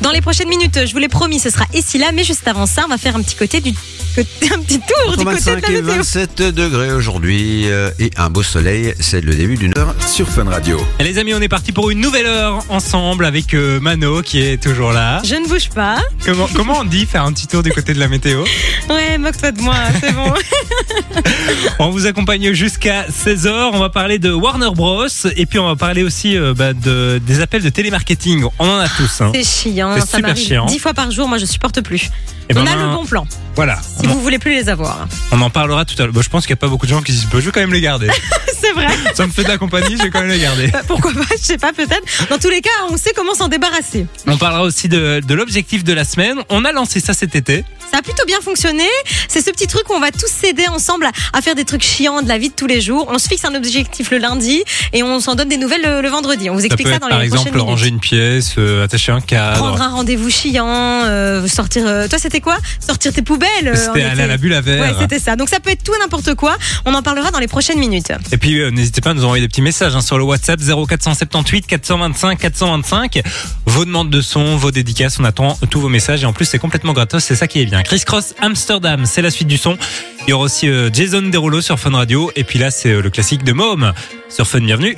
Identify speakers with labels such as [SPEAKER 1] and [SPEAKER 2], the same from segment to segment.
[SPEAKER 1] Dans les prochaines minutes, je vous l'ai promis, ce sera ici là, mais juste avant ça, on va faire un petit côté du côté- un petit tour du côté de
[SPEAKER 2] 25
[SPEAKER 1] la
[SPEAKER 2] et
[SPEAKER 1] météo.
[SPEAKER 2] 27 degrés aujourd'hui euh, et un beau soleil. C'est le début d'une heure sur Fun Radio.
[SPEAKER 3] Et Les amis, on est parti pour une nouvelle heure ensemble avec euh, Mano qui est toujours là.
[SPEAKER 1] Je ne bouge pas.
[SPEAKER 3] Comment, comment on dit faire un petit tour du côté de la météo
[SPEAKER 1] Ouais, moque-toi de moi, c'est bon.
[SPEAKER 3] On vous accompagne jusqu'à 16h. On va parler de Warner Bros. Et puis on va parler aussi euh, bah, de, des appels de télémarketing. On en a tous. hein.
[SPEAKER 1] C'est chiant,
[SPEAKER 3] C'est
[SPEAKER 1] ça
[SPEAKER 3] super
[SPEAKER 1] m'arrive
[SPEAKER 3] chiant.
[SPEAKER 1] dix fois par jour, moi je supporte plus.
[SPEAKER 3] Et
[SPEAKER 1] on
[SPEAKER 3] ben,
[SPEAKER 1] a le bon plan,
[SPEAKER 3] Voilà.
[SPEAKER 1] si vous voulez plus les avoir.
[SPEAKER 3] On en parlera tout à l'heure. Bah, je pense qu'il n'y a pas beaucoup de gens qui se disent bah, Je vais quand même les garder.
[SPEAKER 1] c'est vrai.
[SPEAKER 3] Ça me fait de la compagnie, je vais quand même les garder.
[SPEAKER 1] Bah, Pourquoi pas, je sais pas, peut-être. Dans tous les cas, on sait comment s'en débarrasser.
[SPEAKER 3] On parlera aussi de, de l'objectif de la semaine. On a lancé ça cet été.
[SPEAKER 1] Ça a plutôt bien fonctionné. C'est ce petit truc où on va tous s'aider ensemble à faire des trucs chiants de la vie de tous les jours. On se fixe un objectif le lundi et on s'en donne des nouvelles le, le vendredi. On vous
[SPEAKER 3] Ça
[SPEAKER 1] explique
[SPEAKER 3] peut
[SPEAKER 1] ça,
[SPEAKER 3] être
[SPEAKER 1] dans
[SPEAKER 3] par
[SPEAKER 1] les
[SPEAKER 3] exemple
[SPEAKER 1] prochaines minutes.
[SPEAKER 3] ranger une pièce, euh, attacher un cadre.
[SPEAKER 1] Prendre un rendez-vous chiant, euh, sortir. euh, toi, c'était quoi Sortir tes poubelles. euh, en
[SPEAKER 3] C'était aller
[SPEAKER 1] été.
[SPEAKER 3] à la bulle à
[SPEAKER 1] Ouais,
[SPEAKER 3] verre.
[SPEAKER 1] c'était ça. Donc ça peut être tout et n'importe quoi. On en parlera dans les prochaines minutes.
[SPEAKER 3] Et puis euh, n'hésitez pas à nous envoyer des petits messages hein, sur le WhatsApp 0478 425 425. Vos demandes de son, vos dédicaces, on attend tous vos messages et en plus c'est complètement gratos, c'est ça qui est bien. Chris Cross Amsterdam, c'est la suite du son. Il y aura aussi euh, Jason Derulo sur Fun Radio et puis là c'est euh, le classique de Mom sur Fun Bienvenue.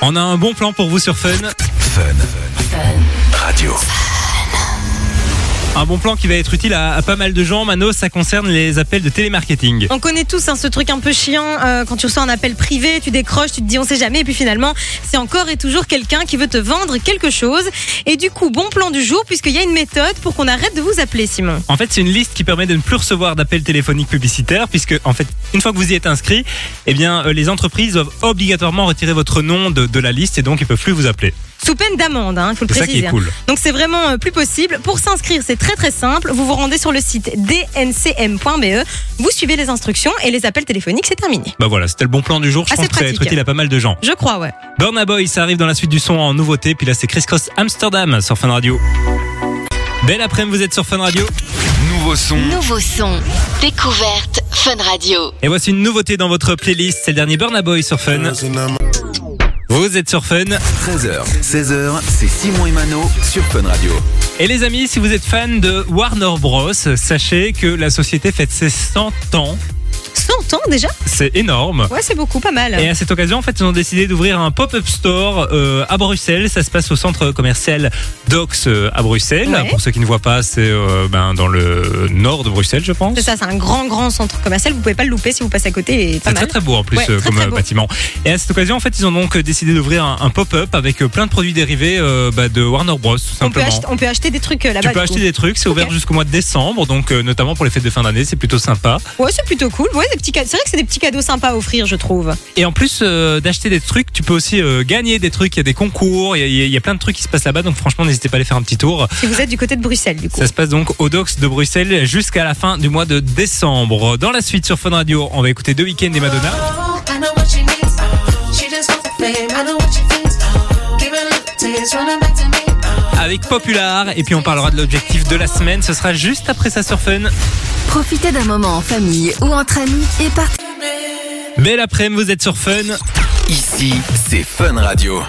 [SPEAKER 3] On a un bon plan pour vous sur Fun.
[SPEAKER 2] Fun Radio.
[SPEAKER 3] Un bon plan qui va être utile à, à pas mal de gens. Mano, ça concerne les appels de télémarketing.
[SPEAKER 1] On connaît tous hein, ce truc un peu chiant euh, quand tu reçois un appel privé, tu décroches, tu te dis on sait jamais, et puis finalement c'est encore et toujours quelqu'un qui veut te vendre quelque chose. Et du coup, bon plan du jour, puisqu'il y a une méthode pour qu'on arrête de vous appeler, Simon.
[SPEAKER 3] En fait, c'est une liste qui permet de ne plus recevoir d'appels téléphoniques publicitaires, puisque en fait, une fois que vous y êtes inscrit, eh bien, euh, les entreprises doivent obligatoirement retirer votre nom de, de la liste et donc ils peuvent plus vous appeler.
[SPEAKER 1] Sous peine d'amende, hein, faut le
[SPEAKER 3] C'est ça qui
[SPEAKER 1] préciser.
[SPEAKER 3] est
[SPEAKER 1] hein.
[SPEAKER 3] cool.
[SPEAKER 1] Donc c'est vraiment euh, plus possible. Pour s'inscrire, c'est très très simple. Vous vous rendez sur le site dncm.be, E. vous suivez les instructions et les appels téléphoniques, c'est terminé.
[SPEAKER 3] Bah voilà, c'était le bon plan du jour. Je
[SPEAKER 1] Ah,
[SPEAKER 3] pense
[SPEAKER 1] c'est
[SPEAKER 3] que ça va être
[SPEAKER 1] pratique.
[SPEAKER 3] utile à pas mal de gens.
[SPEAKER 1] Je crois, ouais.
[SPEAKER 3] Burna Boy, ça arrive dans la suite du son en nouveauté. Puis là, c'est Chris Cross Amsterdam sur Fun Radio. Belle après-midi, vous êtes sur Fun Radio.
[SPEAKER 2] Nouveau son.
[SPEAKER 4] Nouveau son. Découverte Fun Radio.
[SPEAKER 3] Et voici une nouveauté dans votre playlist. C'est le dernier Burna Boy sur Fun. Vous êtes sur Fun.
[SPEAKER 2] 13h, 16h, c'est Simon et Mano sur Fun Radio.
[SPEAKER 3] Et les amis, si vous êtes fan de Warner Bros, sachez que la société fête ses 100 ans.
[SPEAKER 1] 100 ans déjà
[SPEAKER 3] C'est énorme.
[SPEAKER 1] Ouais, c'est beaucoup, pas mal.
[SPEAKER 3] Et à cette occasion, en fait, ils ont décidé d'ouvrir un pop-up store euh, à Bruxelles. Ça se passe au centre commercial Dox euh, à Bruxelles.
[SPEAKER 1] Ouais.
[SPEAKER 3] Pour ceux qui ne voient pas, c'est euh, ben, dans le nord de Bruxelles, je pense.
[SPEAKER 1] C'est ça, c'est un grand grand centre commercial. Vous pouvez pas le louper si vous passez à côté. Et pas
[SPEAKER 3] C'est
[SPEAKER 1] mal.
[SPEAKER 3] très très beau en plus
[SPEAKER 1] Ouais,
[SPEAKER 3] euh,
[SPEAKER 1] très,
[SPEAKER 3] comme
[SPEAKER 1] très
[SPEAKER 3] euh,
[SPEAKER 1] beau.
[SPEAKER 3] bâtiment. Et à cette occasion, en fait, ils ont donc euh, décidé d'ouvrir un, un pop-up avec euh, plein de produits dérivés euh, bah, de Warner Bros. Tout
[SPEAKER 1] on peut,
[SPEAKER 3] simplement.
[SPEAKER 1] acheter, on peut acheter des trucs euh, là-bas.
[SPEAKER 3] tu peux
[SPEAKER 1] du
[SPEAKER 3] acheter
[SPEAKER 1] coup.
[SPEAKER 3] des trucs, c'est ouvert
[SPEAKER 1] Ok.
[SPEAKER 3] jusqu'au mois de décembre, donc euh, notamment pour les fêtes de fin d'année, c'est plutôt sympa.
[SPEAKER 1] Ouais, c'est plutôt cool. Ouais, des petits cadeaux. C'est vrai que c'est des petits cadeaux sympas à offrir, je trouve.
[SPEAKER 3] Et en plus euh, d'acheter des trucs, tu peux aussi euh, gagner des trucs. Il y a des concours, il y a- il y, a- il y a plein de trucs qui se passent là-bas. Donc franchement, n'hésitez pas à aller faire un petit tour.
[SPEAKER 1] Si vous êtes du côté de Bruxelles, du coup.
[SPEAKER 3] Ça se passe donc au Dox de Bruxelles jusqu'à la fin du mois de décembre. Dans la suite sur Fun Radio, on va écouter deux week-ends des Madonna.
[SPEAKER 5] I know what she needs. Oh, she just wants the fame. I know what she thinks. Oh, give it a little taste, running back to me. Oh.
[SPEAKER 3] avec Popular et puis on parlera de l'objectif de la semaine. Ce sera juste après ça sur Fun.
[SPEAKER 4] Profitez d'un moment en famille ou entre amis et partez.
[SPEAKER 3] Belle après-midi, vous êtes sur Fun.
[SPEAKER 2] Ici, c'est Fun Radio.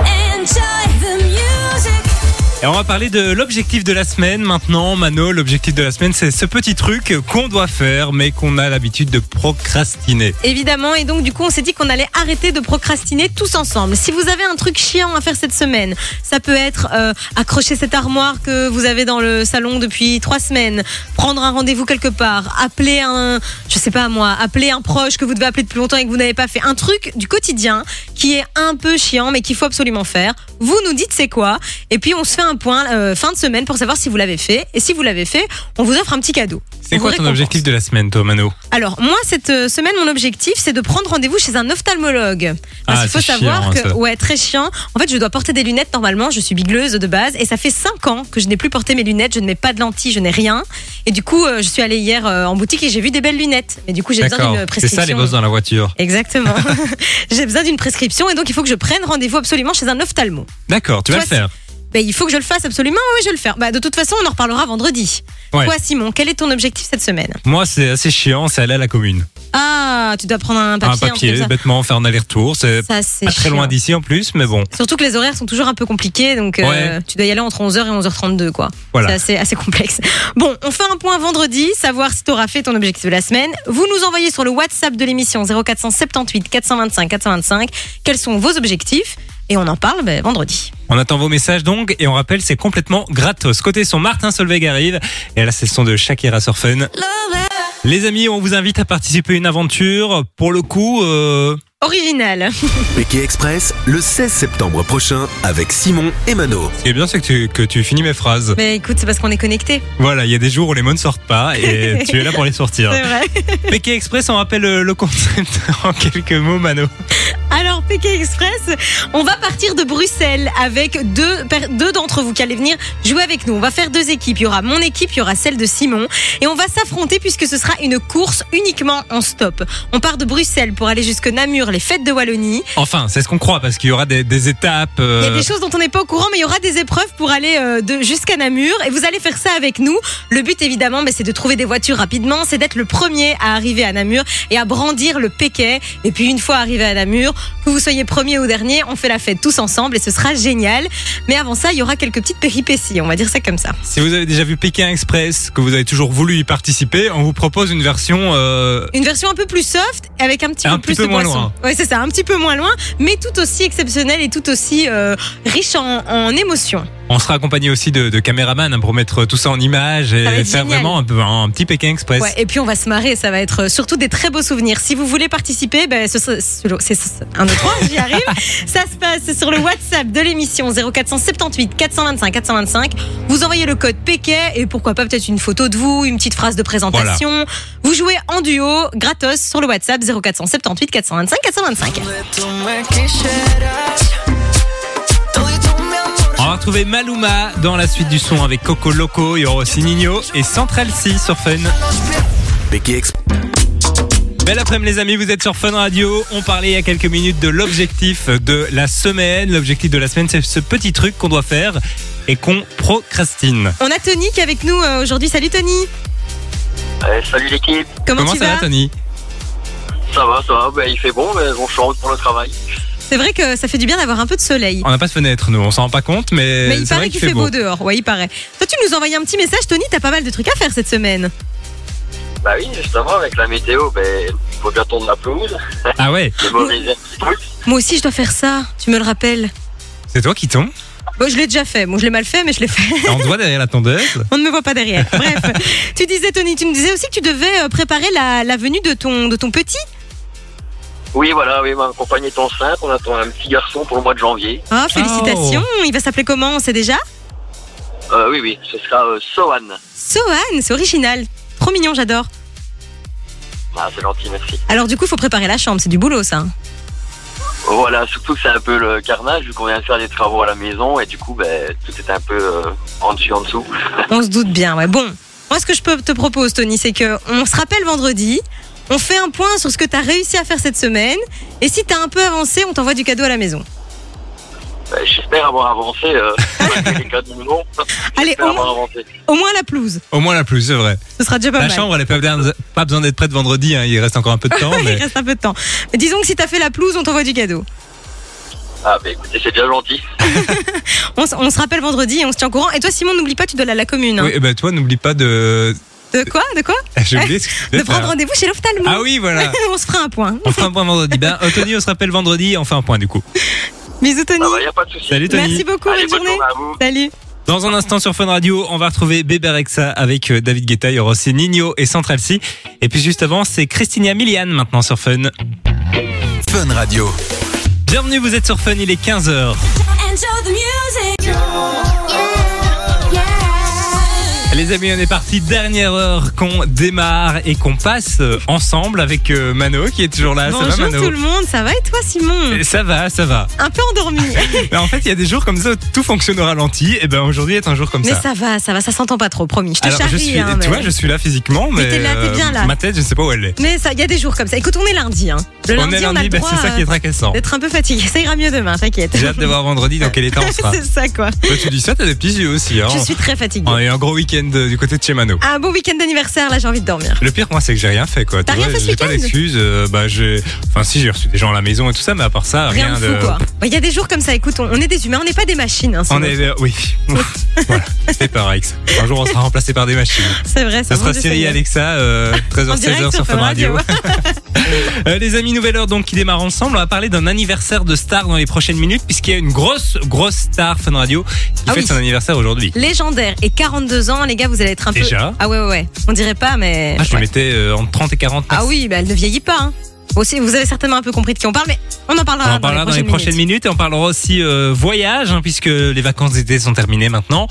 [SPEAKER 3] Et on va parler de l'objectif de la semaine maintenant. Mano, l'objectif de la semaine, c'est ce petit truc qu'on doit faire mais qu'on a l'habitude de procrastiner.
[SPEAKER 1] Évidemment, et donc du coup, on s'est dit qu'on allait arrêter de procrastiner tous ensemble. Si vous avez un truc chiant à faire cette semaine, ça peut être euh, accrocher cette armoire que vous avez dans le salon depuis trois semaines, prendre un rendez-vous quelque part, appeler un, je sais pas moi, appeler un proche que vous devez appeler depuis longtemps et que vous n'avez pas fait, un truc du quotidien qui est un peu chiant mais qu'il faut absolument faire. Vous nous dites c'est quoi, et puis on se fait un point euh, fin de semaine pour savoir si vous l'avez fait, et si vous l'avez fait, on vous offre un petit cadeau.
[SPEAKER 3] C'est
[SPEAKER 1] On vous
[SPEAKER 3] quoi ton
[SPEAKER 1] récompense.
[SPEAKER 3] objectif de la semaine, toi, Mano
[SPEAKER 1] Alors, moi, cette euh, semaine, mon objectif, c'est de prendre rendez-vous chez un ophtalmologue. Parce
[SPEAKER 3] Ah,
[SPEAKER 1] qu'il faut
[SPEAKER 3] c'est
[SPEAKER 1] savoir
[SPEAKER 3] chiant,
[SPEAKER 1] que,
[SPEAKER 3] ça.
[SPEAKER 1] ouais, très chiant. En fait, je dois porter des lunettes normalement. Je suis bigleuse de base. Et ça fait 5 ans que je n'ai plus porté mes lunettes. Je ne mets pas de lentilles, je n'ai rien. Et du coup, euh, je suis allée hier euh, en boutique et j'ai vu des belles lunettes. Mais du coup, j'ai besoin
[SPEAKER 3] D'accord.
[SPEAKER 1] d'une
[SPEAKER 3] C'est
[SPEAKER 1] prescription.
[SPEAKER 3] ça les boss dans la voiture.
[SPEAKER 1] Exactement. j'ai besoin d'une prescription. Et donc, il faut que je prenne rendez-vous absolument chez un ophtalmo.
[SPEAKER 3] D'accord, tu vas
[SPEAKER 1] Toi,
[SPEAKER 3] le faire.
[SPEAKER 1] Ben, il faut que je le fasse absolument. Oui, je vais le faire. Bah, de toute façon, on en reparlera vendredi.
[SPEAKER 3] Ouais.
[SPEAKER 1] Toi, Simon, quel est ton objectif cette semaine
[SPEAKER 3] Moi, c'est assez chiant, c'est aller à la commune.
[SPEAKER 1] Ah, tu dois prendre un
[SPEAKER 3] Un
[SPEAKER 1] papier. un truc
[SPEAKER 3] papier,
[SPEAKER 1] comme
[SPEAKER 3] bêtement, faire un aller-retour. C'est
[SPEAKER 1] ça, Ça, c'est
[SPEAKER 3] pas très
[SPEAKER 1] chiant.
[SPEAKER 3] loin d'ici en plus, mais bon,
[SPEAKER 1] Surtout que les horaires sont toujours un peu compliqués, donc euh,
[SPEAKER 3] Ouais.
[SPEAKER 1] tu dois y aller entre 11h et 11h32, quoi.
[SPEAKER 3] voilà.
[SPEAKER 1] C'est assez, assez complexe. Bon, on fait un point vendredi, savoir si tu auras fait ton objectif de la semaine. Vous nous envoyez sur le WhatsApp de l'émission 0478 425 425 quels sont vos objectifs et on en parle ben, vendredi.
[SPEAKER 3] On attend vos messages donc, et on rappelle, c'est complètement gratos. Côté son, Martin Solveig arrive, et là, c'est le son de Shakira sur Fun. Les amis, on vous invite à participer à une aventure. Pour le coup, euh,
[SPEAKER 1] Original.
[SPEAKER 6] Pékin Express, le 16 septembre prochain avec Simon et Mano.
[SPEAKER 3] ce qui est bien, c'est que tu, que tu finis mes phrases.
[SPEAKER 1] Mais Ben, écoute, c'est parce qu'on est connecté.
[SPEAKER 3] Voilà, il y a des jours où les mots ne sortent pas, et tu es là pour les sortir.
[SPEAKER 1] C'est vrai.
[SPEAKER 3] PK Express, on rappelle euh, le concept en quelques mots, Mano.
[SPEAKER 1] Alors, Pékin Express, on va partir de Bruxelles avec deux, per- deux d'entre vous qui allez venir jouer avec nous. On va faire deux équipes. Il y aura mon équipe, il y aura celle de Simon. Et on va s'affronter puisque ce sera une course uniquement en stop. On part de Bruxelles pour aller jusque Namur, les fêtes de Wallonie.
[SPEAKER 3] Enfin, c'est ce qu'on croit, parce qu'il y aura des, des étapes. euh,
[SPEAKER 1] Il y a des choses dont on n'est pas au courant, mais il y aura des épreuves pour aller euh, de- jusqu'à Namur. Et vous allez faire ça avec nous. Le but, évidemment, ben, c'est de trouver des voitures rapidement. C'est d'être le premier à arriver à Namur et à brandir le péquet. Et puis, une fois arrivé à Namur, que vous soyez premier ou dernier, on fait la fête tous ensemble et ce sera génial. Mais avant ça, il y aura quelques petites péripéties. On va dire ça comme ça.
[SPEAKER 3] Si vous avez déjà vu Pékin Express, que vous avez toujours voulu y participer, on vous propose une version. euh,
[SPEAKER 1] Une version un peu plus soft, avec un petit
[SPEAKER 3] Un
[SPEAKER 1] peu plus
[SPEAKER 3] petit peu
[SPEAKER 1] de
[SPEAKER 3] moins
[SPEAKER 1] boissons.
[SPEAKER 3] loin.
[SPEAKER 1] Ouais, c'est ça, un petit peu moins loin, mais tout aussi exceptionnelle et tout aussi euh, riche en, en émotions.
[SPEAKER 3] on sera accompagné aussi de, de caméramans hein, pour mettre tout ça en image
[SPEAKER 1] Ça
[SPEAKER 3] et
[SPEAKER 1] va
[SPEAKER 3] faire
[SPEAKER 1] être génial.
[SPEAKER 3] vraiment un, peu- un petit Pékin Express.
[SPEAKER 1] Ouais, et puis on va se marrer, ça va être euh, surtout des très beaux souvenirs. Si vous voulez participer, ben, ce sera- ce- c'est c'est- un autre trois, j'y arrive. Ça se passe sur le WhatsApp de l'émission 0478 425 425. Vous envoyez le code PK et pourquoi pas peut-être une photo de vous, une petite phrase de présentation. Vous jouez en duo, gratos, sur le WhatsApp 0478 425 425.
[SPEAKER 3] On va retrouver Maluma dans la suite du son avec Coco Loco, il y aura aussi Nino et Central C sur Fun.
[SPEAKER 6] Pékin Express.
[SPEAKER 3] Belle après-midi les amis, vous êtes sur Fun Radio. On parlait il y a quelques minutes de l'objectif de la semaine. L'objectif de la semaine, c'est ce petit truc qu'on doit faire et qu'on procrastine.
[SPEAKER 1] On a Tony qui est avec nous euh, aujourd'hui. Salut Tony.
[SPEAKER 7] Ouais, salut l'équipe,
[SPEAKER 1] Comment, tu
[SPEAKER 3] ça va,
[SPEAKER 1] vas
[SPEAKER 3] Tony
[SPEAKER 7] ça va, ça va, bah, il fait bon, mais bon, je suis en route pour le travail.
[SPEAKER 1] C'est vrai que ça fait du bien d'avoir un peu de soleil.
[SPEAKER 3] On n'a pas de fenêtre, nous, on s'en rend pas compte, mais,
[SPEAKER 1] Mais il
[SPEAKER 3] Euh, c'est vrai
[SPEAKER 1] paraît
[SPEAKER 3] qu'il
[SPEAKER 1] qu'il fait beau dehors, ouais, il paraît. Toi, tu nous envoyais un petit message, Tony, t'as pas mal de trucs à faire cette semaine.
[SPEAKER 7] Bah oui, justement, avec la météo, bah, il faut bien tourner la pelouse,
[SPEAKER 3] Ah ouais,
[SPEAKER 7] les mauvaises herbes qui poussent.
[SPEAKER 1] Moi aussi, je dois faire ça, tu me le rappelles.
[SPEAKER 3] c'est toi qui tombe.
[SPEAKER 1] Bon, je l'ai déjà fait. Bon, je l'ai mal fait, mais je l'ai fait.
[SPEAKER 3] On te voit derrière la tondeuse.
[SPEAKER 1] On ne me voit pas derrière. Bref, tu disais, Tony, tu me disais aussi que tu devais euh, préparer la, la venue de ton, de ton petit.
[SPEAKER 7] Oui, voilà, oui, ma compagne est enceinte, on attend un petit garçon pour le mois de janvier.
[SPEAKER 1] Ah, félicitations.
[SPEAKER 3] Oh.
[SPEAKER 1] Il va s'appeler comment On sait déjà
[SPEAKER 7] Euh, oui, oui, ce sera euh, Sohan.
[SPEAKER 1] Sohan, c'est original. Trop mignon, j'adore.
[SPEAKER 7] Ah, c'est gentil, merci.
[SPEAKER 1] Alors, du coup, faut préparer la chambre. C'est du boulot, ça.
[SPEAKER 7] Voilà, surtout que c'est un peu le carnage, vu qu'on vient de faire des travaux à la maison, et du coup, ben tout est un peu euh, en dessus, en dessous.
[SPEAKER 1] On se doute bien, ouais. Bon, moi, ce que je peux te propose, Tony, c'est que on se rappelle vendredi. On fait un point sur ce que tu as réussi à faire cette semaine. Et si tu as un peu avancé, on t'envoie du cadeau à la maison.
[SPEAKER 7] Ben, J'espère avoir avancé, euh, malgré les cas de non.
[SPEAKER 1] Allez,
[SPEAKER 7] J'espère
[SPEAKER 1] au
[SPEAKER 7] avoir
[SPEAKER 1] moins,
[SPEAKER 7] avancé.
[SPEAKER 1] au moins la pelouse.
[SPEAKER 3] Au moins la plus, c'est vrai.
[SPEAKER 1] Ce sera déjà pas
[SPEAKER 3] la
[SPEAKER 1] mal.
[SPEAKER 3] chambre, elle n'est pas, besoin- pas besoin d'être prête vendredi, hein, il reste encore un peu de temps.
[SPEAKER 1] Il
[SPEAKER 3] mais...
[SPEAKER 1] reste un peu de temps. Mais disons que si t'as fait la pelouse, on t'envoie du cadeau.
[SPEAKER 7] Ah, ben écoutez, c'est déjà gentil.
[SPEAKER 1] On, s- on se rappelle vendredi et on se tient au courant. Et toi, Simon, n'oublie pas, tu dois aller à la commune. hein.
[SPEAKER 3] Oui, bah toi, n'oublie pas de.
[SPEAKER 1] De quoi De quoi
[SPEAKER 3] J'ai oublié ce que tu devais
[SPEAKER 1] De prendre
[SPEAKER 3] faire.
[SPEAKER 1] rendez-vous chez l'ophtalmo.
[SPEAKER 3] Ah oui, voilà.
[SPEAKER 1] on se fera un point.
[SPEAKER 3] On fera un point vendredi. Ben, euh, Tony, on se rappelle vendredi, on fait un point du coup.
[SPEAKER 1] Bisous, Tony.
[SPEAKER 7] Ah, bah, y a pas de souci.
[SPEAKER 3] Salut Tony.
[SPEAKER 1] Merci beaucoup,
[SPEAKER 7] Allez,
[SPEAKER 1] bonne journée.
[SPEAKER 7] journée à vous.
[SPEAKER 1] Salut.
[SPEAKER 3] Dans un instant sur Fun Radio, on va retrouver Bébé Rexa avec euh, David Guetta, il y aura aussi Nino et Central C. Et puis juste avant, c'est Christina Milian maintenant sur Fun.
[SPEAKER 6] Fun Radio.
[SPEAKER 3] Bienvenue, vous êtes sur Fun, il est 15h. Les amis, on est parti, dernière heure qu'on démarre et qu'on passe euh, ensemble avec euh, Mano qui est toujours là. ça va
[SPEAKER 1] Bonjour
[SPEAKER 3] Mano
[SPEAKER 1] tout le monde, ça va et toi, Simon
[SPEAKER 3] Et Ça va, ça va.
[SPEAKER 1] Un peu endormi.
[SPEAKER 3] Mais en fait, il y a des jours comme ça où tout fonctionne au ralenti. Et ben aujourd'hui est un jour comme
[SPEAKER 1] mais
[SPEAKER 3] ça.
[SPEAKER 1] ça va, ça va, ça s'entend pas trop, promis. Je te
[SPEAKER 3] Alors
[SPEAKER 1] charrie.
[SPEAKER 3] je suis,
[SPEAKER 1] hein,
[SPEAKER 3] tu
[SPEAKER 1] mais...
[SPEAKER 3] vois, je suis là physiquement, mais
[SPEAKER 1] t'es là, t'es
[SPEAKER 3] euh,
[SPEAKER 1] bien là.
[SPEAKER 3] ma tête, je ne sais pas où elle est.
[SPEAKER 1] mais ça, il y a des jours comme ça. Écoute, on est lundi. Hein. Le
[SPEAKER 3] on
[SPEAKER 1] lundi,
[SPEAKER 3] est
[SPEAKER 1] on a
[SPEAKER 3] lundi,
[SPEAKER 1] le
[SPEAKER 3] ben,
[SPEAKER 1] droit
[SPEAKER 3] c'est ça qui est
[SPEAKER 1] euh,
[SPEAKER 3] tracassant.
[SPEAKER 1] d'être un peu fatigué. Ça ira mieux demain, t'inquiète.
[SPEAKER 3] J'ai hâte de voir vendredi dans quel état on sera.
[SPEAKER 1] C'est ça, quoi.
[SPEAKER 3] Bah, tu dis ça, t'as des petits yeux aussi. Hein.
[SPEAKER 1] Je suis très fatiguée.
[SPEAKER 3] On a eu un gros week-end euh, du côté de chez Mano.
[SPEAKER 1] Un beau week-end d'anniversaire, là, j'ai envie de dormir.
[SPEAKER 3] Le pire, moi, c'est que j'ai rien fait, quoi.
[SPEAKER 1] T'as
[SPEAKER 3] Tu
[SPEAKER 1] rien
[SPEAKER 3] vois,
[SPEAKER 1] fait ce
[SPEAKER 3] J'ai pas
[SPEAKER 1] week-end
[SPEAKER 3] d'excuses. euh, bah, j'ai. Enfin, si, j'ai reçu des gens à la maison et tout ça, mais à part ça,
[SPEAKER 1] Rien
[SPEAKER 3] rien,
[SPEAKER 1] de fou, quoi. Bah, Il y a des jours comme ça, écoute, on, on est des humains, on n'est pas des machines. hein,
[SPEAKER 3] On
[SPEAKER 1] sinon.
[SPEAKER 3] est. Oui. voilà. C'est pareil. Un jour, on sera remplacé par des machines.
[SPEAKER 1] C'est vrai, c'est
[SPEAKER 3] Ça sera
[SPEAKER 1] vrai, je
[SPEAKER 3] Siri
[SPEAKER 1] sais.
[SPEAKER 3] Alexa, euh, 13h,
[SPEAKER 1] En direct
[SPEAKER 3] 16h sur
[SPEAKER 1] sur
[SPEAKER 3] Fun
[SPEAKER 1] Fun
[SPEAKER 3] Radio. Euh, les amis, nouvelle heure donc qui démarre ensemble. On va parler d'un anniversaire de star dans les prochaines minutes, puisqu'il y a une grosse, grosse star Fun Radio qui
[SPEAKER 1] Ah
[SPEAKER 3] fête
[SPEAKER 1] oui.
[SPEAKER 3] son anniversaire aujourd'hui.
[SPEAKER 1] Légendaire et 42 ans, les gars, vous allez être un
[SPEAKER 3] Déjà
[SPEAKER 1] peu. Ah ouais, ouais, ouais. On dirait pas, mais.
[SPEAKER 3] Ah, je
[SPEAKER 1] Ouais.
[SPEAKER 3] le mettais euh, entre 30 et 40
[SPEAKER 1] Ah oui, bah, elle ne vieillit pas. hein. Aussi, vous avez certainement un peu compris de qui on parle, mais on en
[SPEAKER 3] On
[SPEAKER 1] parlera,
[SPEAKER 3] en parlera dans les prochaines
[SPEAKER 1] Ah, prochaines minutes.
[SPEAKER 3] minutes et on parlera aussi euh, voyage, hein, puisque les vacances d'été sont terminées maintenant.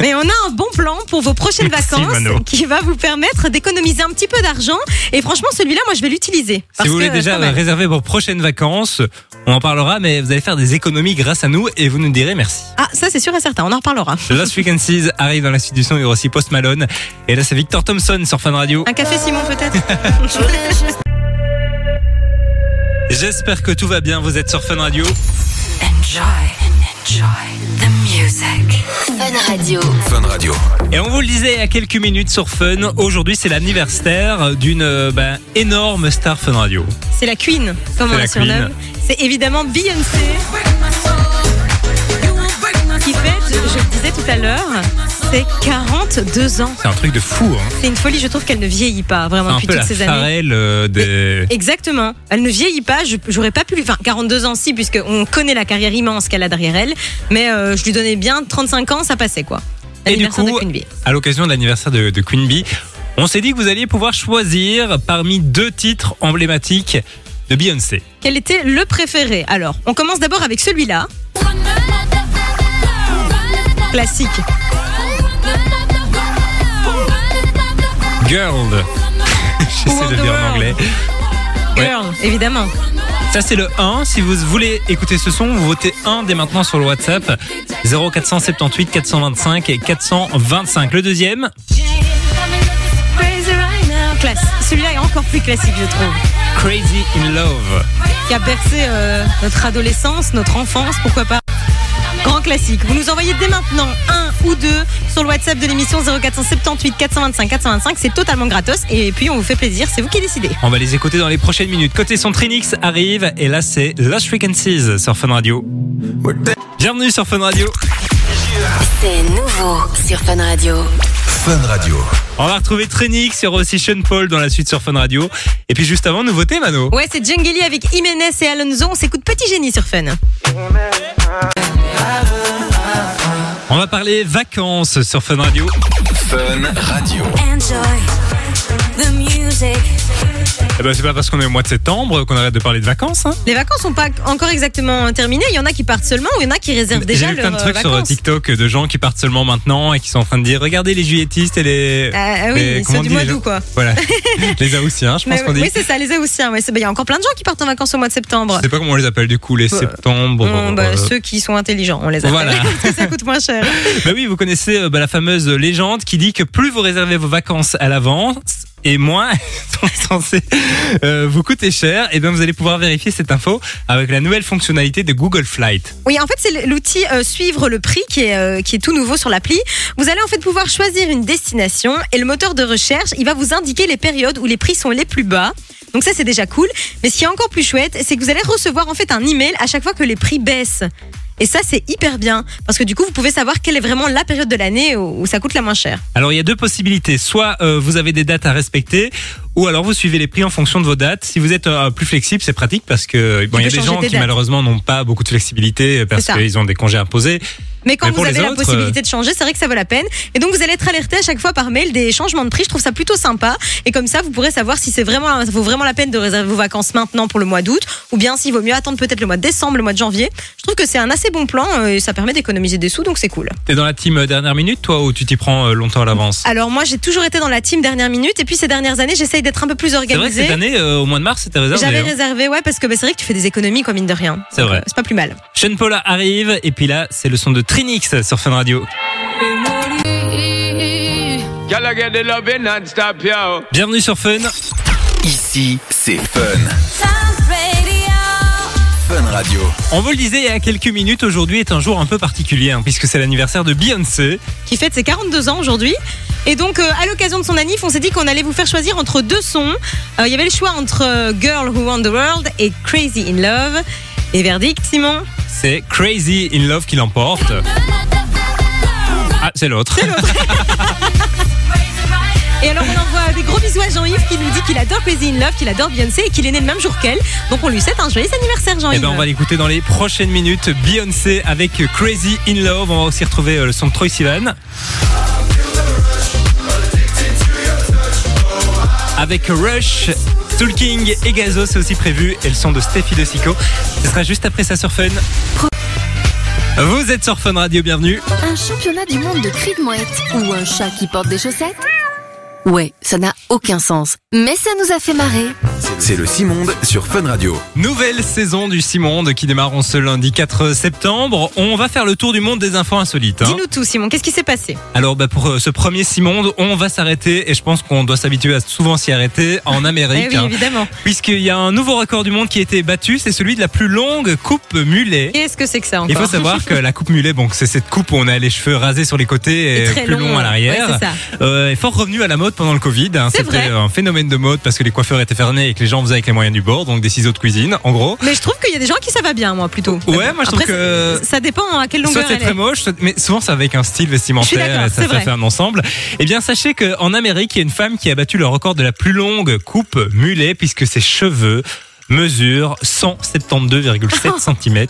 [SPEAKER 1] Mais on a un bon plan pour vos prochaines
[SPEAKER 3] Merci,
[SPEAKER 1] vacances
[SPEAKER 3] Mano.
[SPEAKER 1] qui va vous permettre d'économiser un petit peu d'argent. Et franchement, celui-là, moi, je vais l'utiliser.
[SPEAKER 3] si
[SPEAKER 1] Parce
[SPEAKER 3] vous voulez
[SPEAKER 1] que,
[SPEAKER 3] déjà
[SPEAKER 1] pas mal.
[SPEAKER 3] réserver vos prochaines vacances, on en parlera, mais vous allez faire des économies grâce à nous et vous nous direz merci.
[SPEAKER 1] Ah, ça, c'est sûr et certain. On en reparlera.
[SPEAKER 3] Last Frequencies arrive dans la suite du son, il y aura aussi Post Malone. Et là, c'est Victor Thompson sur Fun Radio.
[SPEAKER 1] Un café, Simon, peut-être
[SPEAKER 3] J'espère que tout va bien, vous êtes sur Fun Radio.
[SPEAKER 4] Fun Radio.
[SPEAKER 6] Fun Radio.
[SPEAKER 3] Et on vous le disait il y a quelques minutes sur Fun, aujourd'hui c'est l'anniversaire d'une euh, ben, énorme star Fun Radio.
[SPEAKER 1] C'est la Queen, comme
[SPEAKER 3] C'est
[SPEAKER 1] on
[SPEAKER 3] la
[SPEAKER 1] la surnomme. C'est évidemment Beyoncé. Qui fête, je le disais tout à l'heure, c'est 42 ans.
[SPEAKER 3] C'est un truc de fou, hein.
[SPEAKER 1] C'est une folie, je trouve qu'elle ne vieillit pas
[SPEAKER 3] C'est
[SPEAKER 1] vraiment
[SPEAKER 3] un
[SPEAKER 1] depuis
[SPEAKER 3] peu
[SPEAKER 1] toutes
[SPEAKER 3] la
[SPEAKER 1] ces années.
[SPEAKER 3] Pharrell euh, des...
[SPEAKER 1] Exactement. Elle ne vieillit pas. je- J'aurais pas pu lui. Enfin, 42 ans, si, puisqu'on connaît la carrière immense qu'elle a derrière elle. Mais euh, je lui donnais bien 35 ans, ça passait quoi.
[SPEAKER 3] Et du
[SPEAKER 1] L'anniversaire
[SPEAKER 3] coup,
[SPEAKER 1] de Queen Bee.
[SPEAKER 3] à l'occasion de l'anniversaire de, de Queen Bee, on s'est dit que vous alliez pouvoir choisir parmi deux titres emblématiques de Beyoncé.
[SPEAKER 1] Quel était le préféré Alors, on commence d'abord avec celui-là. Classique.
[SPEAKER 3] Girl. J'essaie de le dire en
[SPEAKER 1] Wonderworld.
[SPEAKER 3] anglais. Ouais.
[SPEAKER 1] Girl, évidemment.
[SPEAKER 3] Ça c'est le 1. Si vous voulez écouter ce son, vous votez 1 dès maintenant sur le WhatsApp 0478 425 et 425. Le deuxième,
[SPEAKER 1] Classe. Celui-là est encore plus classique, je trouve.
[SPEAKER 3] Crazy in Love.
[SPEAKER 1] qui a bercé euh, notre adolescence, notre enfance, pourquoi pas. Grand classique. Vous nous envoyez dès maintenant un ou deux sur le WhatsApp de l'émission 0478 425 425. C'est totalement gratos. Et puis, on vous fait plaisir. C'est vous qui décidez.
[SPEAKER 3] On va les écouter dans les prochaines minutes. Côté son, Trinix arrive et là c'est Lost Frequencies sur Fun Radio. Bienvenue sur Fun Radio.
[SPEAKER 4] C'est nouveau sur Fun Radio.
[SPEAKER 6] Fun Radio.
[SPEAKER 3] On va retrouver Trinix, il y aura aussi Sean Paul dans la suite sur Fun Radio. Et puis juste avant, nouveauté Mano.
[SPEAKER 1] Ouais, c'est Jungeli avec Jiménez et Alonso. On s'écoute Petit Génie sur Fun.
[SPEAKER 3] On va parler vacances sur Fun Radio.
[SPEAKER 6] Fun Radio.
[SPEAKER 4] Enjoy the music.
[SPEAKER 3] Eh ben c'est pas parce qu'on est au mois de septembre qu'on arrête de parler de vacances. Hein.
[SPEAKER 1] Les vacances sont pas encore exactement terminées. Il y en a qui partent seulement ou il y en a qui réservent
[SPEAKER 3] J'ai
[SPEAKER 1] déjà
[SPEAKER 3] vu plein de
[SPEAKER 1] leurs
[SPEAKER 3] trucs sur euh,
[SPEAKER 1] vacances.
[SPEAKER 3] TikTok de gens qui partent seulement maintenant et qui sont en train de dire regardez les juilletistes et les.
[SPEAKER 1] Ah, ah oui,
[SPEAKER 3] les-
[SPEAKER 1] ceux
[SPEAKER 3] comment on
[SPEAKER 1] du
[SPEAKER 3] dit,
[SPEAKER 1] mois
[SPEAKER 3] les gens-
[SPEAKER 1] d'août, quoi.
[SPEAKER 3] Voilà, les Aoussiens, je pense
[SPEAKER 1] Mais
[SPEAKER 3] qu'on dit.
[SPEAKER 1] oui, c'est ça, les Aoussiens. Ouais, c'est- bah, Il y a encore plein de gens qui partent en vacances au mois de septembre.
[SPEAKER 3] Je sais pas comment on les appelle du coup, les
[SPEAKER 1] Euh,
[SPEAKER 3] septembre.
[SPEAKER 1] Bon, bah,
[SPEAKER 3] euh,
[SPEAKER 1] Ceux qui sont intelligents, on les appelle.
[SPEAKER 3] Voilà.
[SPEAKER 1] Parce que ça coûte moins cher.
[SPEAKER 3] Bah oui, vous connaissez euh, bah, la fameuse légende qui dit que plus vous réservez vos vacances à l'avance et moins elles sont censées euh, vous coûter cher, et bien vous allez pouvoir vérifier cette info avec la nouvelle fonctionnalité de Google Flight.
[SPEAKER 1] Oui, en fait, c'est l'outil euh, suivre le prix qui est, euh, qui est tout nouveau sur l'appli. Vous allez en fait pouvoir choisir une destination et le moteur de recherche, il va vous indiquer les périodes où les prix sont les plus bas. Donc ça, c'est déjà cool. Mais ce qui est encore plus chouette, c'est que vous allez recevoir en fait un email à chaque fois que les prix baissent. Et ça, c'est hyper bien parce que du coup, vous pouvez savoir quelle est vraiment la période de l'année où où ça coûte la moins chère.
[SPEAKER 3] Alors il y a deux possibilités, soit euh, vous avez des dates à respecter, ou alors vous suivez les prix en fonction de vos dates. Si vous êtes euh, plus flexible, c'est pratique parce que bon, il y a
[SPEAKER 1] peux
[SPEAKER 3] des
[SPEAKER 1] changer
[SPEAKER 3] gens
[SPEAKER 1] tes
[SPEAKER 3] qui
[SPEAKER 1] dates.
[SPEAKER 3] malheureusement n'ont pas beaucoup de flexibilité euh, parce
[SPEAKER 1] C'est ça.
[SPEAKER 3] qu'ils ont des congés imposés.
[SPEAKER 1] Mais quand
[SPEAKER 3] Mais
[SPEAKER 1] vous
[SPEAKER 3] pour
[SPEAKER 1] avez
[SPEAKER 3] les
[SPEAKER 1] la
[SPEAKER 3] autres, euh,
[SPEAKER 1] possibilité de changer, c'est vrai que ça vaut la peine. Et donc vous allez être alerté à chaque fois par mail des changements de prix. Je trouve ça plutôt sympa. Et comme ça, vous pourrez savoir si c'est vraiment, ça vaut vraiment la peine de réserver vos vacances maintenant pour le mois d'août, ou bien s'il vaut mieux attendre peut-être le mois de décembre, le mois de janvier. Je trouve que c'est un assez bon plan euh, et ça permet d'économiser des sous, donc c'est cool.
[SPEAKER 3] T'es dans la team euh, dernière minute, toi, ou tu t'y prends euh, longtemps à l'avance
[SPEAKER 1] Alors moi, j'ai toujours été dans la team dernière minute, et puis ces dernières années, j'essaye d'être un peu plus
[SPEAKER 3] C'est vrai que cette
[SPEAKER 1] organisée.
[SPEAKER 3] année, euh, au mois de mars, c'était réservé.
[SPEAKER 1] J'avais
[SPEAKER 3] hein.
[SPEAKER 1] réservé, ouais, parce que bah, c'est vrai que tu fais des économies, quoi, mine de rien.
[SPEAKER 3] C'est
[SPEAKER 1] Donc,
[SPEAKER 3] vrai.
[SPEAKER 1] euh, C'est pas plus mal.
[SPEAKER 3] Sean Paula arrive et puis là c'est le son de Trinix sur Fun Radio.
[SPEAKER 8] Y'all get the loving non-stop, yo.
[SPEAKER 3] Bienvenue sur Fun.
[SPEAKER 6] Ici, c'est Fun. Fun Fun Radio.
[SPEAKER 3] On vous le disait il y a quelques minutes, aujourd'hui est un jour un peu particulier, hein, puisque c'est l'anniversaire de Beyoncé.
[SPEAKER 1] qui fête ses 42 ans aujourd'hui. Et donc, euh, à l'occasion de son anniv, on s'est dit qu'on allait vous faire choisir entre deux sons. Euh, Il y avait le choix entre euh, Girl Who Won the World et Crazy in Love. Et verdict, Simon
[SPEAKER 3] C'est Crazy in Love qui l'emporte. Ah, c'est l'autre.
[SPEAKER 1] Et alors, on envoie des gros bisous à Jean-Yves qui nous dit qu'il adore Crazy in Love, qu'il adore Beyoncé et qu'il est né le même jour qu'elle. Donc, on lui souhaite un joyeux anniversaire,
[SPEAKER 3] Eh
[SPEAKER 1] Jean-Yves.
[SPEAKER 3] ben, on va l'écouter dans les prochaines minutes. Beyoncé avec Crazy in Love. On va aussi retrouver euh, le son de Troy Sivan. Avec Rush, Soul King et Gazo, c'est aussi prévu. Et le son de Steffi De Sico. Ce sera juste après ça sur Fun. Vous êtes sur Fun Radio, bienvenue.
[SPEAKER 4] Un championnat du monde de cris de mouette ou un chat qui porte des chaussettes Ouais, ça n'a aucun sens. Mais ça nous a fait marrer.
[SPEAKER 6] C'est le Simonde sur Fun Radio.
[SPEAKER 3] Nouvelle saison du Simonde qui démarre en ce lundi 4 septembre. On va faire le tour du monde des infos insolites. hein.
[SPEAKER 1] Dis-nous tout, Simon, qu'est-ce qui s'est passé
[SPEAKER 3] Alors bah, pour euh, ce premier Simonde, on va s'arrêter et je pense qu'on doit s'habituer à souvent s'y arrêter en
[SPEAKER 1] Eh
[SPEAKER 3] Amérique.
[SPEAKER 1] oui,
[SPEAKER 3] hein,
[SPEAKER 1] évidemment.
[SPEAKER 3] Puisqu'il y a un nouveau record du monde qui a été battu, c'est celui de la plus longue coupe mulet.
[SPEAKER 1] Qu'est-ce que c'est que ça encore
[SPEAKER 3] Il faut savoir que la coupe mulet, bon, c'est cette coupe où on a les cheveux rasés sur les côtés et,
[SPEAKER 1] C'est très
[SPEAKER 3] plus long, à
[SPEAKER 1] ouais.
[SPEAKER 3] l'arrière.
[SPEAKER 1] Ouais, c'est ça.
[SPEAKER 3] Euh, est fort revenu à la mode pendant le Covid. hein.
[SPEAKER 1] C'est
[SPEAKER 3] C'était
[SPEAKER 1] vrai.
[SPEAKER 3] un phénomène de mode parce que les coiffeurs étaient fermés et que les gens faisaient avec les moyens du bord, donc des ciseaux de cuisine, en gros.
[SPEAKER 1] Mais je trouve qu'il y a des gens qui ça va bien, moi, plutôt.
[SPEAKER 3] Ouais, moi, je trouve
[SPEAKER 1] Après,
[SPEAKER 3] que-
[SPEAKER 1] Ça dépend à quelle
[SPEAKER 3] Soit
[SPEAKER 1] longueur
[SPEAKER 3] c'est
[SPEAKER 1] elle
[SPEAKER 3] très
[SPEAKER 1] est.
[SPEAKER 3] moche, soit- mais souvent c'est avec un style
[SPEAKER 1] Je suis
[SPEAKER 3] vestimentaire
[SPEAKER 1] d'accord,
[SPEAKER 3] et ça,
[SPEAKER 1] c'est
[SPEAKER 3] ça
[SPEAKER 1] vrai.
[SPEAKER 3] fait un ensemble. Eh bien, sachez qu'en Amérique, il y a une femme qui a battu le record de la plus longue coupe mulet puisque ses cheveux mesurent 172,7 cm.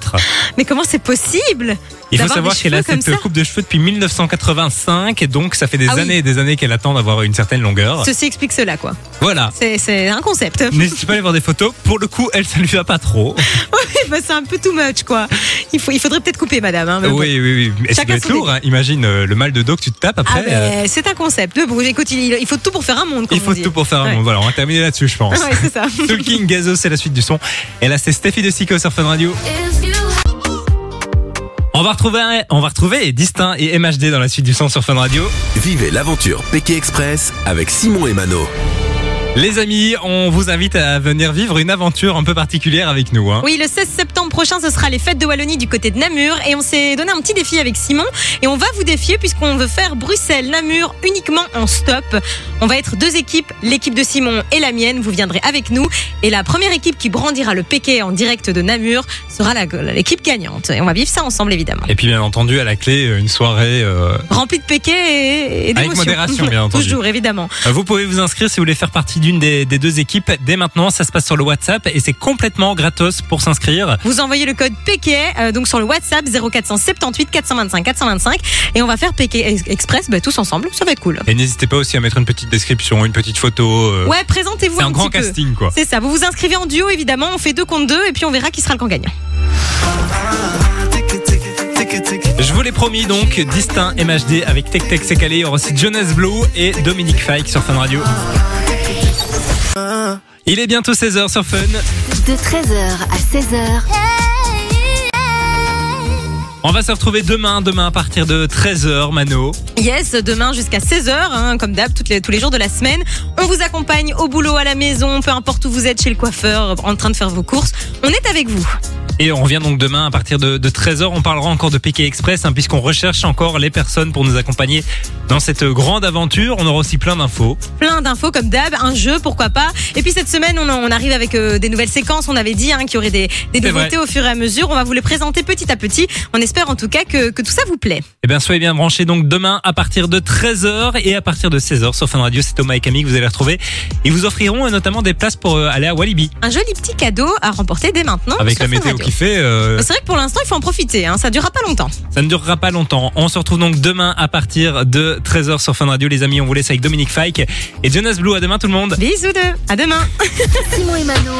[SPEAKER 1] Mais comment c'est possible
[SPEAKER 3] Il faut
[SPEAKER 1] Ah. D'avoir
[SPEAKER 3] savoir
[SPEAKER 1] des
[SPEAKER 3] qu'elle a
[SPEAKER 1] cheveux comme
[SPEAKER 3] cette
[SPEAKER 1] ça
[SPEAKER 3] coupe de cheveux depuis 1985 et donc ça fait des
[SPEAKER 1] Ah oui.
[SPEAKER 3] années et des années qu'elle attend d'avoir une certaine longueur.
[SPEAKER 1] Ceci explique cela, quoi.
[SPEAKER 3] Voilà.
[SPEAKER 1] C'est- C'est un concept.
[SPEAKER 3] N'hésitez pas à aller voir des photos. Pour le coup, elle, ça lui va pas trop.
[SPEAKER 1] Ouais, bah, c'est un peu too much, quoi. Il, faut, il faudrait peut-être couper, madame. hein, mais bon.
[SPEAKER 3] oui, oui, oui. Et ça
[SPEAKER 1] Chacun
[SPEAKER 3] doit être
[SPEAKER 1] son
[SPEAKER 3] lourd. hein. Imagine euh, le mal de dos que tu te tapes
[SPEAKER 1] Ah,
[SPEAKER 3] après.
[SPEAKER 1] ben,
[SPEAKER 3] euh,
[SPEAKER 1] c'est un concept. Mais bon, écoute, il, il faut tout pour faire un monde, comme
[SPEAKER 3] il
[SPEAKER 1] on
[SPEAKER 3] faut
[SPEAKER 1] dit.
[SPEAKER 3] tout pour faire un
[SPEAKER 1] Ouais.
[SPEAKER 3] monde. Voilà, on va terminer là-dessus, je pense.
[SPEAKER 1] Ouais, c'est ça.
[SPEAKER 3] Soul King Gazo, c'est la suite du son. Et là, c'est Steffi de Sico sur Fun Radio. On va retrouver, on va retrouver Distin et MHD dans la suite du son sur Fun Radio.
[SPEAKER 6] Vivez l'aventure Pékin Express avec Simon et Mano.
[SPEAKER 3] Les amis, on vous invite à venir vivre une aventure un peu particulière avec nous. hein.
[SPEAKER 1] Oui, le 16 septembre prochain, ce sera les fêtes de Wallonie du côté de Namur. Et on s'est donné un petit défi avec Simon. Et on va vous défier puisqu'on veut faire Bruxelles-Namur uniquement en stop. On va être deux équipes, l'équipe de Simon et la mienne. Vous viendrez avec nous. Et la première équipe qui brandira le PK en direct de Namur sera la- l'équipe gagnante. Et on va vivre ça ensemble, évidemment.
[SPEAKER 3] Et puis bien entendu à la clé euh, une soirée. euh,
[SPEAKER 1] Rempli de PK et, et
[SPEAKER 3] Avec
[SPEAKER 1] d'émotions.
[SPEAKER 3] modération, bien entendu.
[SPEAKER 1] Toujours, évidemment.
[SPEAKER 3] Vous pouvez vous inscrire si vous voulez faire partie d'une des, des deux équipes. Dès maintenant, ça se passe sur le WhatsApp et c'est complètement gratos pour s'inscrire.
[SPEAKER 1] Vous envoyez le code Péquet euh, donc sur le WhatsApp 0478 425 425 et on va faire Péquet Ex- Express bah, tous ensemble. Ça va être cool.
[SPEAKER 3] Et n'hésitez pas aussi à mettre une petite description, une petite photo. euh,
[SPEAKER 1] Ouais, présentez-vous
[SPEAKER 3] c'est
[SPEAKER 1] un,
[SPEAKER 3] un grand
[SPEAKER 1] petit peu.
[SPEAKER 3] casting quoi.
[SPEAKER 1] C'est ça. Vous vous inscrivez en duo évidemment. On fait deux contre deux et puis on verra qui sera le grand gagnant.
[SPEAKER 3] Je vous l'ai promis donc, Distinct MHD avec Tech Tech c'est calé, il y aura aussi Jonas Blue et Dominique Fike sur Fun Radio. Il est bientôt 16h sur Fun.
[SPEAKER 4] De 13h à 16h,
[SPEAKER 3] On va se retrouver demain, demain à partir de 13h Mano.
[SPEAKER 1] Yes, demain jusqu'à 16h, hein, comme d'hab, toutes les- tous les jours de la semaine. On vous accompagne au boulot, à la maison, peu importe où vous êtes, chez le coiffeur, en train de faire vos courses. On est avec vous.
[SPEAKER 3] Et on revient donc demain à partir de, 13h. On parlera encore de PK Express hein, puisqu'on recherche encore les personnes pour nous accompagner dans cette grande aventure. On aura aussi plein d'infos.
[SPEAKER 1] plein d'infos comme d'hab, un jeu, pourquoi pas. Et puis cette semaine, on, en- on arrive avec euh, des nouvelles séquences. On avait dit hein, qu'il y aurait des, des
[SPEAKER 3] C'est
[SPEAKER 1] nouveautés au fur et à mesure. On va vous les présenter petit à petit. On espère en tout cas que, que tout ça vous plaît.
[SPEAKER 3] Eh bien, soyez bien branchés donc demain à partir de 13h et à partir de 16h sur Fun Radio. C'est Thomas et Camille que vous allez les retrouver. Ils vous offriront euh, notamment des places pour euh, aller à Walibi.
[SPEAKER 1] Un joli petit cadeau à remporter dès maintenant.
[SPEAKER 3] Avec
[SPEAKER 1] sur
[SPEAKER 3] la
[SPEAKER 1] Fun
[SPEAKER 3] météo
[SPEAKER 1] Radio.
[SPEAKER 3] qui fait, euh,
[SPEAKER 1] C'est vrai que pour l'instant, il faut en profiter. Hein, ça durera pas longtemps.
[SPEAKER 3] ça ne durera pas longtemps. On se retrouve donc demain à partir de 13h sur Fun Radio. Les amis, on vous laisse avec Dominique Fike et Jonas Blue. À demain tout le monde.
[SPEAKER 1] Bisous deux. À demain.
[SPEAKER 4] Simon et Mano.